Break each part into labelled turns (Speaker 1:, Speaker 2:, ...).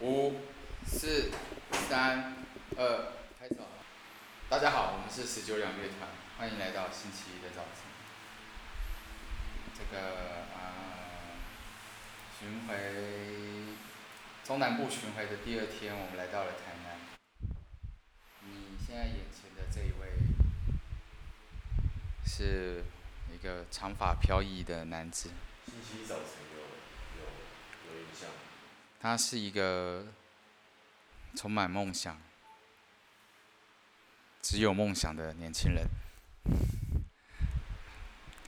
Speaker 1: 五、四、三、二，开始哦。大家好，我们是十九两乐团，欢迎来到星期一的早晨。这个啊、巡回中南部巡回的第二天，我们来到了台南。你现在眼前的这一位是一个长发飘逸的男子。
Speaker 2: 星期一早晨有有有印象，
Speaker 1: 他是一个充满梦想、只有梦想的年轻人。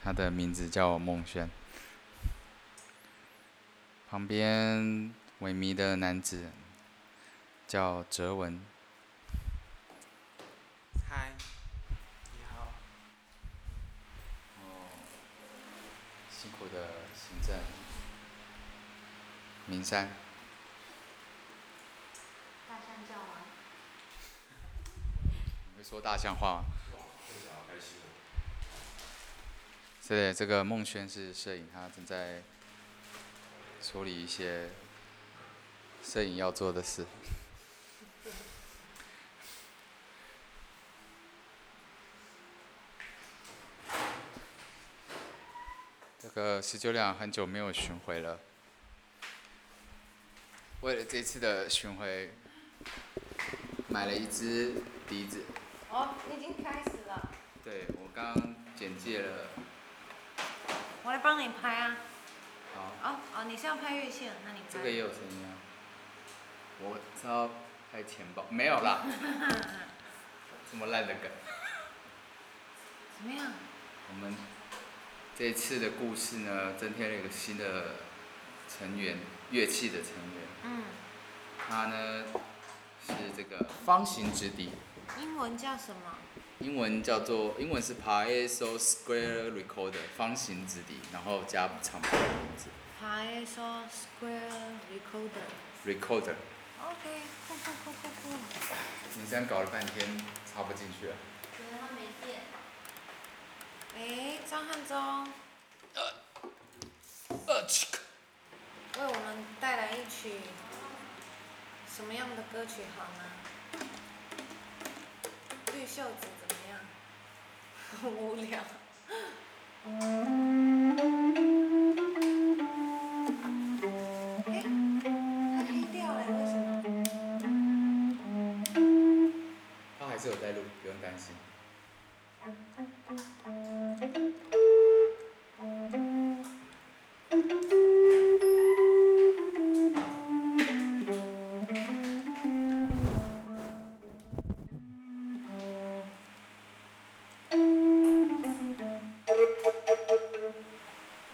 Speaker 1: 他的名字叫孟轩。旁边萎靡的男子叫哲文，
Speaker 3: 嗨，你好，
Speaker 1: 哦，辛苦的行政，明山。
Speaker 4: 大象叫吗？
Speaker 1: 你会说大象话吗？
Speaker 2: 非常开心哦。
Speaker 1: 是的，这个孟轩是摄影，他正在处理一些摄影要做的事。这个十九两很久没有巡回了，为了这次的巡回，买了一支笛子。
Speaker 4: 哦，已经开始了，
Speaker 1: 对我刚刚简介了，
Speaker 4: 我来帮你拍啊。
Speaker 1: 好。
Speaker 4: 哦哦，你是要拍月线，那你
Speaker 1: 这个
Speaker 4: 拍。
Speaker 1: 也有声音啊。我知道拍钱包没有啦，这么烂的梗。
Speaker 4: 怎么样？
Speaker 1: 我们这次的故事呢，增添了一个新的成员，乐器的成员，
Speaker 4: 嗯，
Speaker 1: 它呢是这个方形直笛，
Speaker 4: 英文叫什么？
Speaker 1: 英文叫做英文是 piezo square recorder，方形直笛，然后加长拍的名字
Speaker 4: Piezo Square Recorder。
Speaker 1: recorder。
Speaker 4: OK，酷酷酷酷酷。
Speaker 1: 你这样搞了半天插不进去了。
Speaker 4: 觉得它没电。哎，张汉忠
Speaker 1: 呃，切
Speaker 4: 为我们带来一曲什么样的歌曲好呢？绿袖子怎么样？很 无聊。诶它黑掉了，为什么？
Speaker 1: 他还是有在录，不用担心。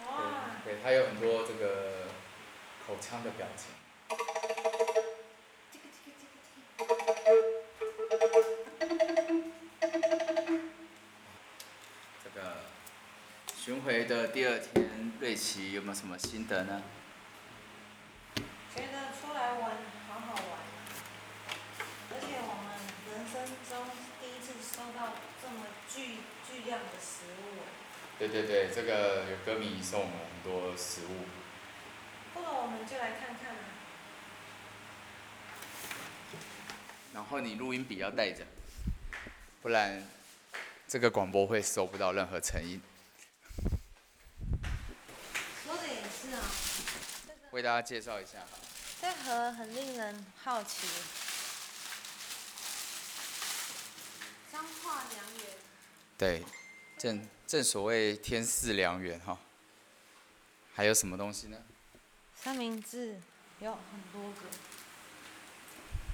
Speaker 4: 哇，
Speaker 1: 对，对他有很多这个口腔的表情。
Speaker 4: 这个这个这个这个。
Speaker 1: 这个巡回的第二天，瑞奇有没有什么心得呢？
Speaker 4: 觉得出来玩好好玩，啊而且我们人生中第一次收到这么巨巨量的食物，
Speaker 1: 对对对，这个有歌迷送我们很多食物，
Speaker 4: 不如我们就来看看啊。
Speaker 1: 然后你录音笔要带着，不然这个广播会收不到任何成音。
Speaker 4: 说的也是啊、这个
Speaker 1: 为大家介绍一下吧，
Speaker 4: 这河很令人好奇。彰化良缘，
Speaker 1: 对，正正所谓天赐良缘哈。还有什么东西呢？
Speaker 4: 三明治有很多个，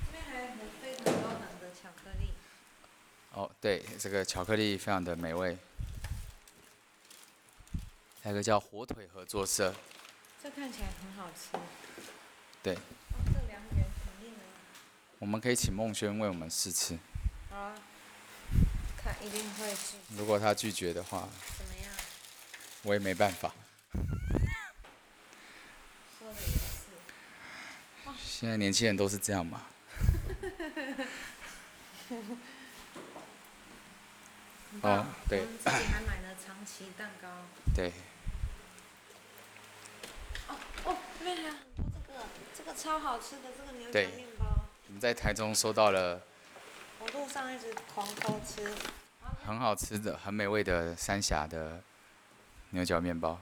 Speaker 4: 这边还有非常高档的巧克力。
Speaker 1: 哦，对，这个巧克力非常的美味。还有一个叫火腿合作社，
Speaker 4: 这看起来很好吃。
Speaker 1: 对
Speaker 4: 哦，这两元肯定的。
Speaker 1: 我们可以请孟轩为我们试吃，
Speaker 4: 好啊，他一定会去。
Speaker 1: 如果他拒绝的话，
Speaker 4: 怎么样？
Speaker 1: 我也没办法。
Speaker 4: 说的也是。
Speaker 1: 现在年轻人都是这样嘛。
Speaker 4: 很棒
Speaker 1: 哦，对
Speaker 4: 我们自己还买了长崎蛋糕。
Speaker 1: 对，
Speaker 4: 哦哦，这边还有很多这个，这这个超好吃的这个牛
Speaker 1: 对
Speaker 4: 角面包，
Speaker 1: 我们在台中收到了
Speaker 4: 我路上一直狂偷吃，
Speaker 1: 很好吃的、很美味的三峡的牛角面包，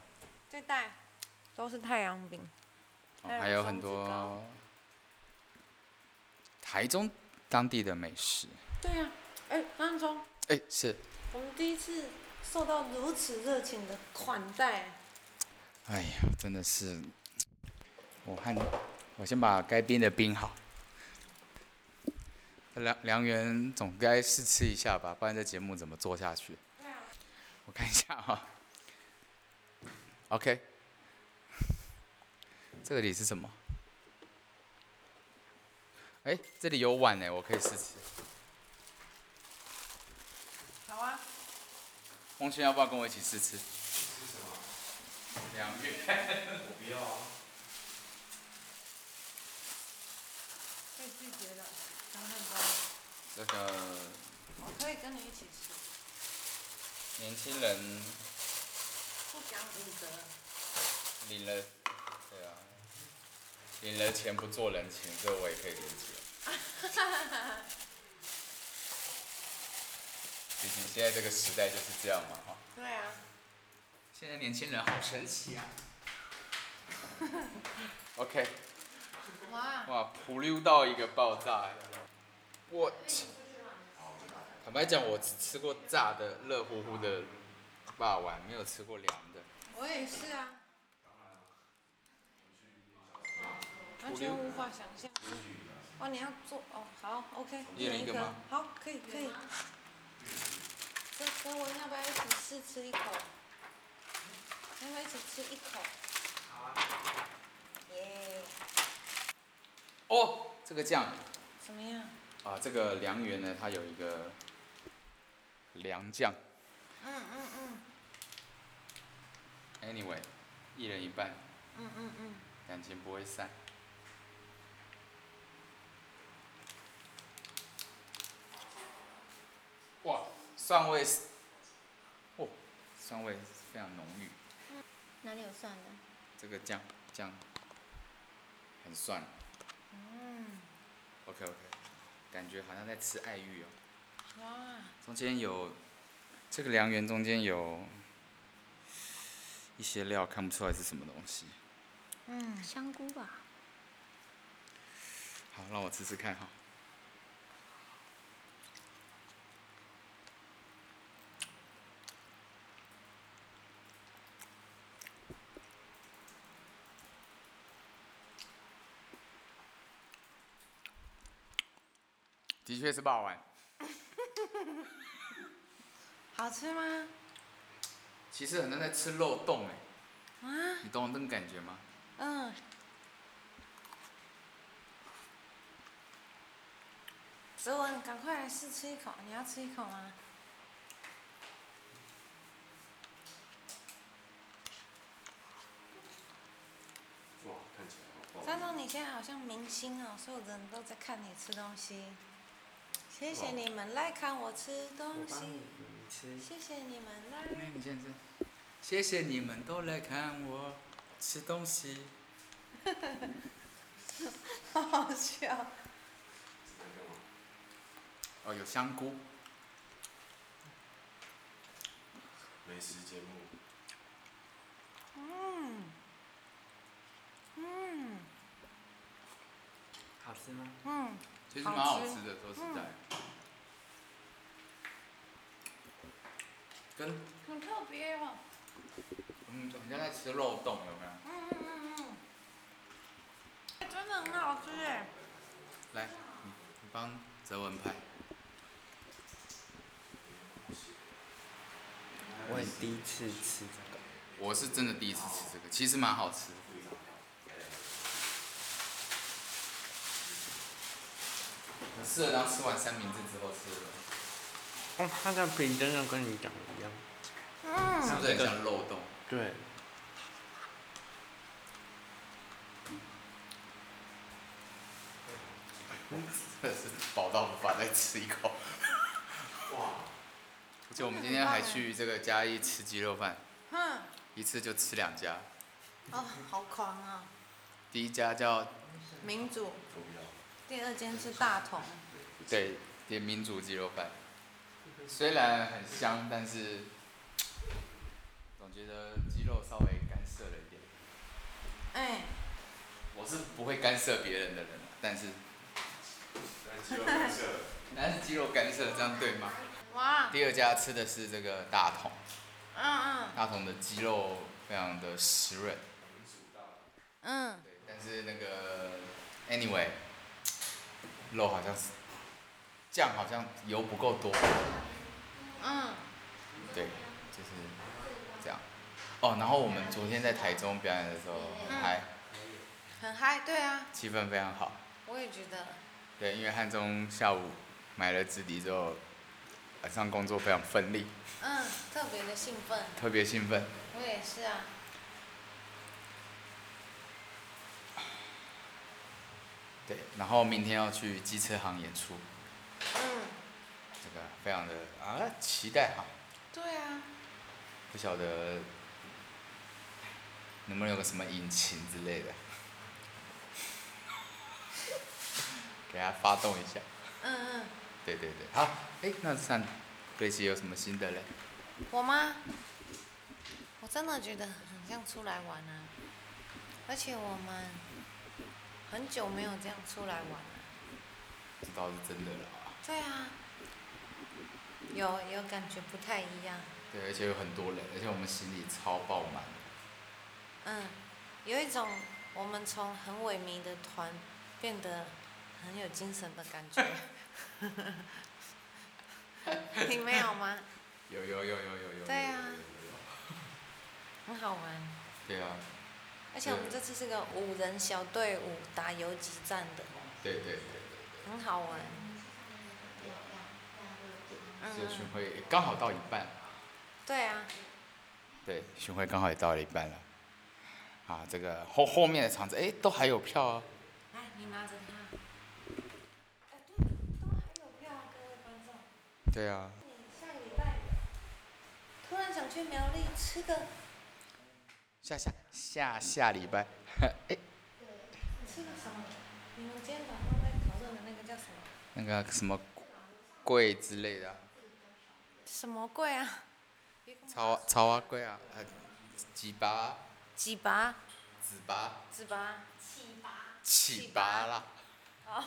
Speaker 4: 这袋都是太阳饼，
Speaker 1: 哦
Speaker 4: 还有
Speaker 1: 还有很
Speaker 4: 松子糕
Speaker 1: 多台中当地的美食。
Speaker 4: 对呀、哎，安中，
Speaker 1: 哎，是，
Speaker 4: 我们第一次受到如此热情的款待，
Speaker 1: 哎呀，真的是，我看我先把该冰的冰好。梁梁源总该试吃一下吧，不然这节目怎么做下去？
Speaker 4: 对啊，
Speaker 1: 我看一下啊、OK，这个里是什么？哎，这里有碗哎，我可以试吃。
Speaker 4: 好啊，
Speaker 1: 翁轩要不要跟我一起试吃？梁源，
Speaker 2: 我不要啊。
Speaker 4: 被拒绝了，然后
Speaker 1: 这个
Speaker 4: 我可以跟你一起吃，
Speaker 1: 年轻人
Speaker 4: 不讲武德，
Speaker 1: 领了，对啊，领了钱不做人情，这我也可以理 解。毕竟现在这个时代就是这样嘛，哈。
Speaker 4: 对啊，
Speaker 1: 现在年轻人好神奇啊。OK，
Speaker 4: 哇，
Speaker 1: 哇，普溜到一个爆炸！我坦白讲，我只吃过炸的热乎乎的霸王，没有吃过凉的。
Speaker 4: 我也是啊，完
Speaker 1: 我
Speaker 4: 全
Speaker 1: 连
Speaker 4: 无法想象。哦，你要做哦，好，OK，
Speaker 1: 一人一个吗？
Speaker 4: 好，可以可以。跟跟我要不要一起试吃一口？要不要一起吃一口？好啊。耶，
Speaker 1: 哦，这个酱
Speaker 4: 怎么样？
Speaker 1: 啊，这个凉园呢，它有一个凉酱。
Speaker 4: 嗯嗯嗯
Speaker 1: Anyway，一人一半，
Speaker 4: 嗯嗯嗯，
Speaker 1: 感情不会散。哇，蒜味是，哦，蒜味非常浓郁。
Speaker 4: 哪里有蒜的？
Speaker 1: 这个酱酱很蒜。
Speaker 4: 嗯，
Speaker 1: OK OK，感觉好像在吃爱玉哦。
Speaker 4: 哇，
Speaker 1: 中间有这个良缘中间有一些料，看不出来是什么东西。
Speaker 4: 嗯，
Speaker 5: 香菇吧，
Speaker 1: 好，让我吃吃看哈。的确是霸王，
Speaker 4: 好吃吗？
Speaker 1: 其实很像在吃肉冻哎，
Speaker 4: 啊，
Speaker 1: 你懂我那种感觉吗？
Speaker 4: 嗯，泽文，赶快来试吃一口，你要吃一口吗？
Speaker 2: 哇，看起来好
Speaker 4: 张
Speaker 2: 棒。
Speaker 4: 总，你现在好像明星哦，所有人都在看你吃东西。谢谢你们来看我吃东西，
Speaker 1: 吃
Speaker 4: 谢谢你们来。
Speaker 1: 那你先吃。谢谢你们都来看我吃东西。
Speaker 4: 好好笑。
Speaker 1: 哦，有香菇。
Speaker 2: 美食节目，
Speaker 4: 嗯，嗯
Speaker 3: 好吃吗？
Speaker 4: 嗯，
Speaker 1: 其实蛮好吃的，说实在。嗯跟
Speaker 4: 很特别哦。
Speaker 1: 嗯，好像在吃肉冻，有没有？
Speaker 4: 嗯嗯嗯嗯，哎真的很好吃哎。
Speaker 1: 来，你你帮泽文拍。
Speaker 3: 我也第一次吃这个。
Speaker 1: 我是真的第一次吃这个，其实蛮好吃的。很适合当吃完三明治之后吃的，
Speaker 3: 哦，它的饼真的跟你讲的一样。
Speaker 1: 是
Speaker 4: 嗯，
Speaker 1: 不是很像肉冻？
Speaker 3: 对，
Speaker 1: 真的是饱到无法再吃一口。
Speaker 2: 哇，
Speaker 1: 而且我们今天还去这个嘉义吃鸡肉饭，
Speaker 4: 哼，
Speaker 1: 一次就吃两家。
Speaker 4: 哦，好狂啊、
Speaker 1: 第一家叫
Speaker 4: 民主，
Speaker 2: 我不要。
Speaker 4: 第二间是大同，
Speaker 1: 对点民主鸡肉饭，虽然很香，但是总觉得鸡肉稍微干涩了一点。
Speaker 4: 哎，
Speaker 1: 我是不会干涉别人的人啊，但是
Speaker 2: 但肌肉干涉，
Speaker 1: 但是鸡肉干涉这样对吗？
Speaker 4: 哇，
Speaker 1: 第二家吃的是这个大桶，
Speaker 4: 嗯
Speaker 1: 大桶的鸡肉非常的湿润，
Speaker 4: 嗯嗯，
Speaker 1: 对，但是那个 anyway 肉好像是酱好像油不够多，
Speaker 4: 嗯，
Speaker 1: 对，就是这样。哦，然后我们昨天在台中表演的时候，
Speaker 4: 嗯
Speaker 1: 还
Speaker 4: 很嗨，对啊，
Speaker 1: 气氛非常好。
Speaker 4: 我也觉得，
Speaker 1: 对，因为汉中下午买了纸笛之后，晚上工作非常奋力，
Speaker 4: 嗯，特别的兴奋，
Speaker 1: 特别兴奋。
Speaker 4: 我也是啊，
Speaker 1: 对，然后明天要去机车行演出，
Speaker 4: 嗯，
Speaker 1: 这个非常的啊期待哈，
Speaker 4: 对啊，
Speaker 1: 不晓得能不能有个什么引擎之类的， 给它发动一下。
Speaker 4: 嗯嗯，
Speaker 1: 对对对，好，哎，那上对期有什么新的嘞？
Speaker 4: 我吗？我真的觉得很像出来玩啊，而且我们很久没有这样出来玩了、
Speaker 1: 这倒是真的了啊，
Speaker 4: 对啊，有有感觉不太一样。
Speaker 1: 对，而且有很多人，而且我们行李超爆满。
Speaker 4: 嗯，有一种我们从很萎靡的团变得很有精神的感 觉。你没有吗？
Speaker 1: 有有有有有有有。
Speaker 4: 对啊
Speaker 1: 有有有有
Speaker 4: 很好玩，
Speaker 1: 对啊，
Speaker 4: 而且我们这次是个五人小队伍打游击战的，
Speaker 1: 对对对对，
Speaker 4: 很好玩。
Speaker 1: 这
Speaker 4: 嗯，
Speaker 1: 巡回刚好到一半。
Speaker 4: 对啊，
Speaker 1: 对，巡回刚好也到了一半了。啊，这个后后面的场子，哎，都还有票啊。
Speaker 4: 来，你拿着它。哎，对，都还有票啊，各位观众。
Speaker 1: 对啊，
Speaker 4: 你嗯下个礼拜突然想去苗栗吃个
Speaker 1: 下下下下礼拜，哎，
Speaker 4: 吃个什么？你们今天早上在讨论的那个叫什么？
Speaker 1: 那个什么贵之类的啊，
Speaker 4: 什么贵啊？
Speaker 1: 草啊草啊贵啊，呃，啊几拔
Speaker 4: 几拔？
Speaker 1: 紫拔
Speaker 4: 几拔？
Speaker 1: 起拔啦。
Speaker 4: 哦，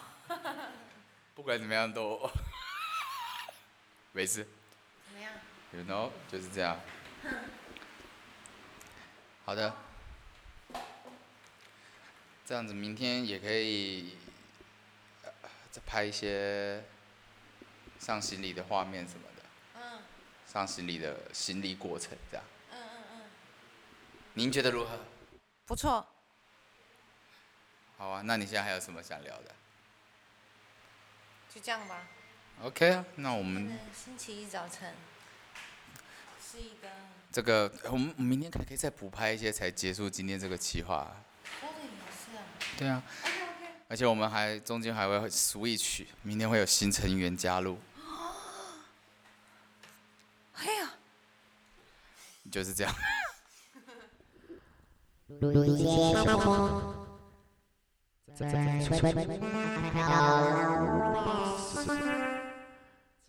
Speaker 1: 不管怎么样都， 没事
Speaker 4: 怎么样？
Speaker 1: ，you know，就是这样。好的，这样子明天也可以、呃再拍一些上行李的画面什么的，
Speaker 4: 嗯
Speaker 1: 上行李的行李过程这样。
Speaker 4: 嗯嗯嗯，
Speaker 1: 您觉得如何？
Speaker 4: 不错。
Speaker 1: 好啊，那你现在还有什么想聊的
Speaker 4: 就这样吧。
Speaker 1: ？OK 啊，那我
Speaker 4: 嗯
Speaker 1: 们。
Speaker 4: 星期一早晨是一个
Speaker 1: 这个我们明天还可以再补拍一些，才结束今天这个企划。啊
Speaker 4: 说的也是啊。
Speaker 1: 对啊，
Speaker 4: OK OK。
Speaker 1: 而且我们还中间还会 switch，明天会有新成员加入，
Speaker 4: 哎呀，
Speaker 1: 就是这样。
Speaker 5: 如今生活在春天飘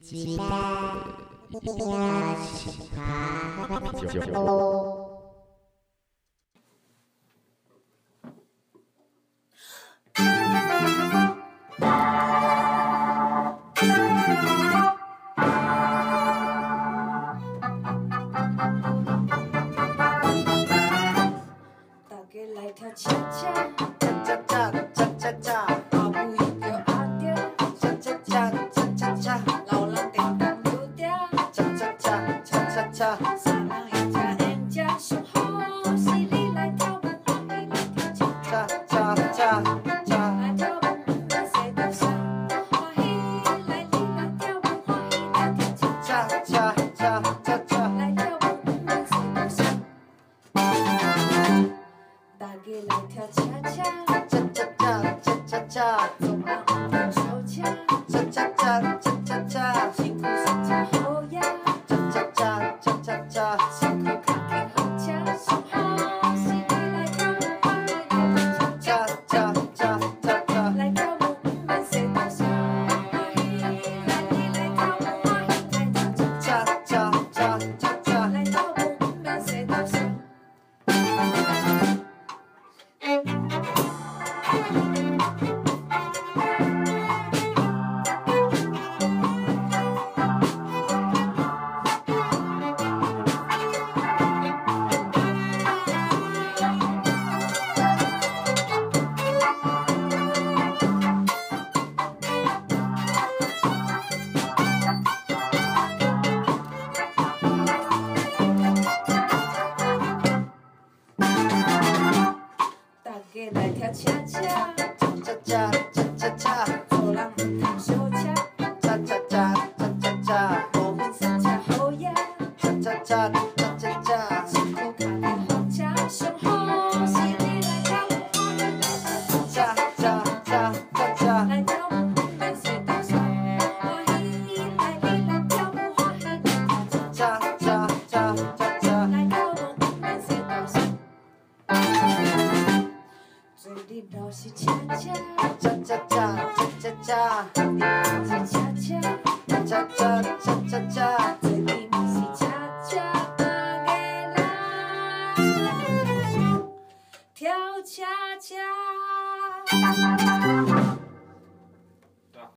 Speaker 5: 期待依然期待喽。
Speaker 6: 大家来跳恰恰，恰恰恰恰恰恰，阿母伊叫阿爹，恰恰恰恰恰恰，老人叮当有嗲，恰恰恰恰恰恰，三人一家人家上好，是你来跳舞，你来跳恰恰恰恰恰，来跳舞，来谁都上，欢喜来你来跳舞，欢喜来跳恰恰恰恰恰恰，来跳舞，来谁都上。大家来跳恰恰，恰恰恰恰恰恰，走到我们手恰，恰恰恰恰恰恰，辛苦上恰好呀，恰恰恰恰恰恰，辛苦看看好恰，上好是你来跳，欢迎来跳恰恰来跳舞，咱随到耍，欢喜来你来跳舞，欢喜你跳，恰恰恰恰恰来跳舞，咱随到耍。嘴里老是恰恰恰恰恰恰恰，老是恰恰恰恰恰恰恰，嘴里不是恰恰阿个啦，跳恰恰。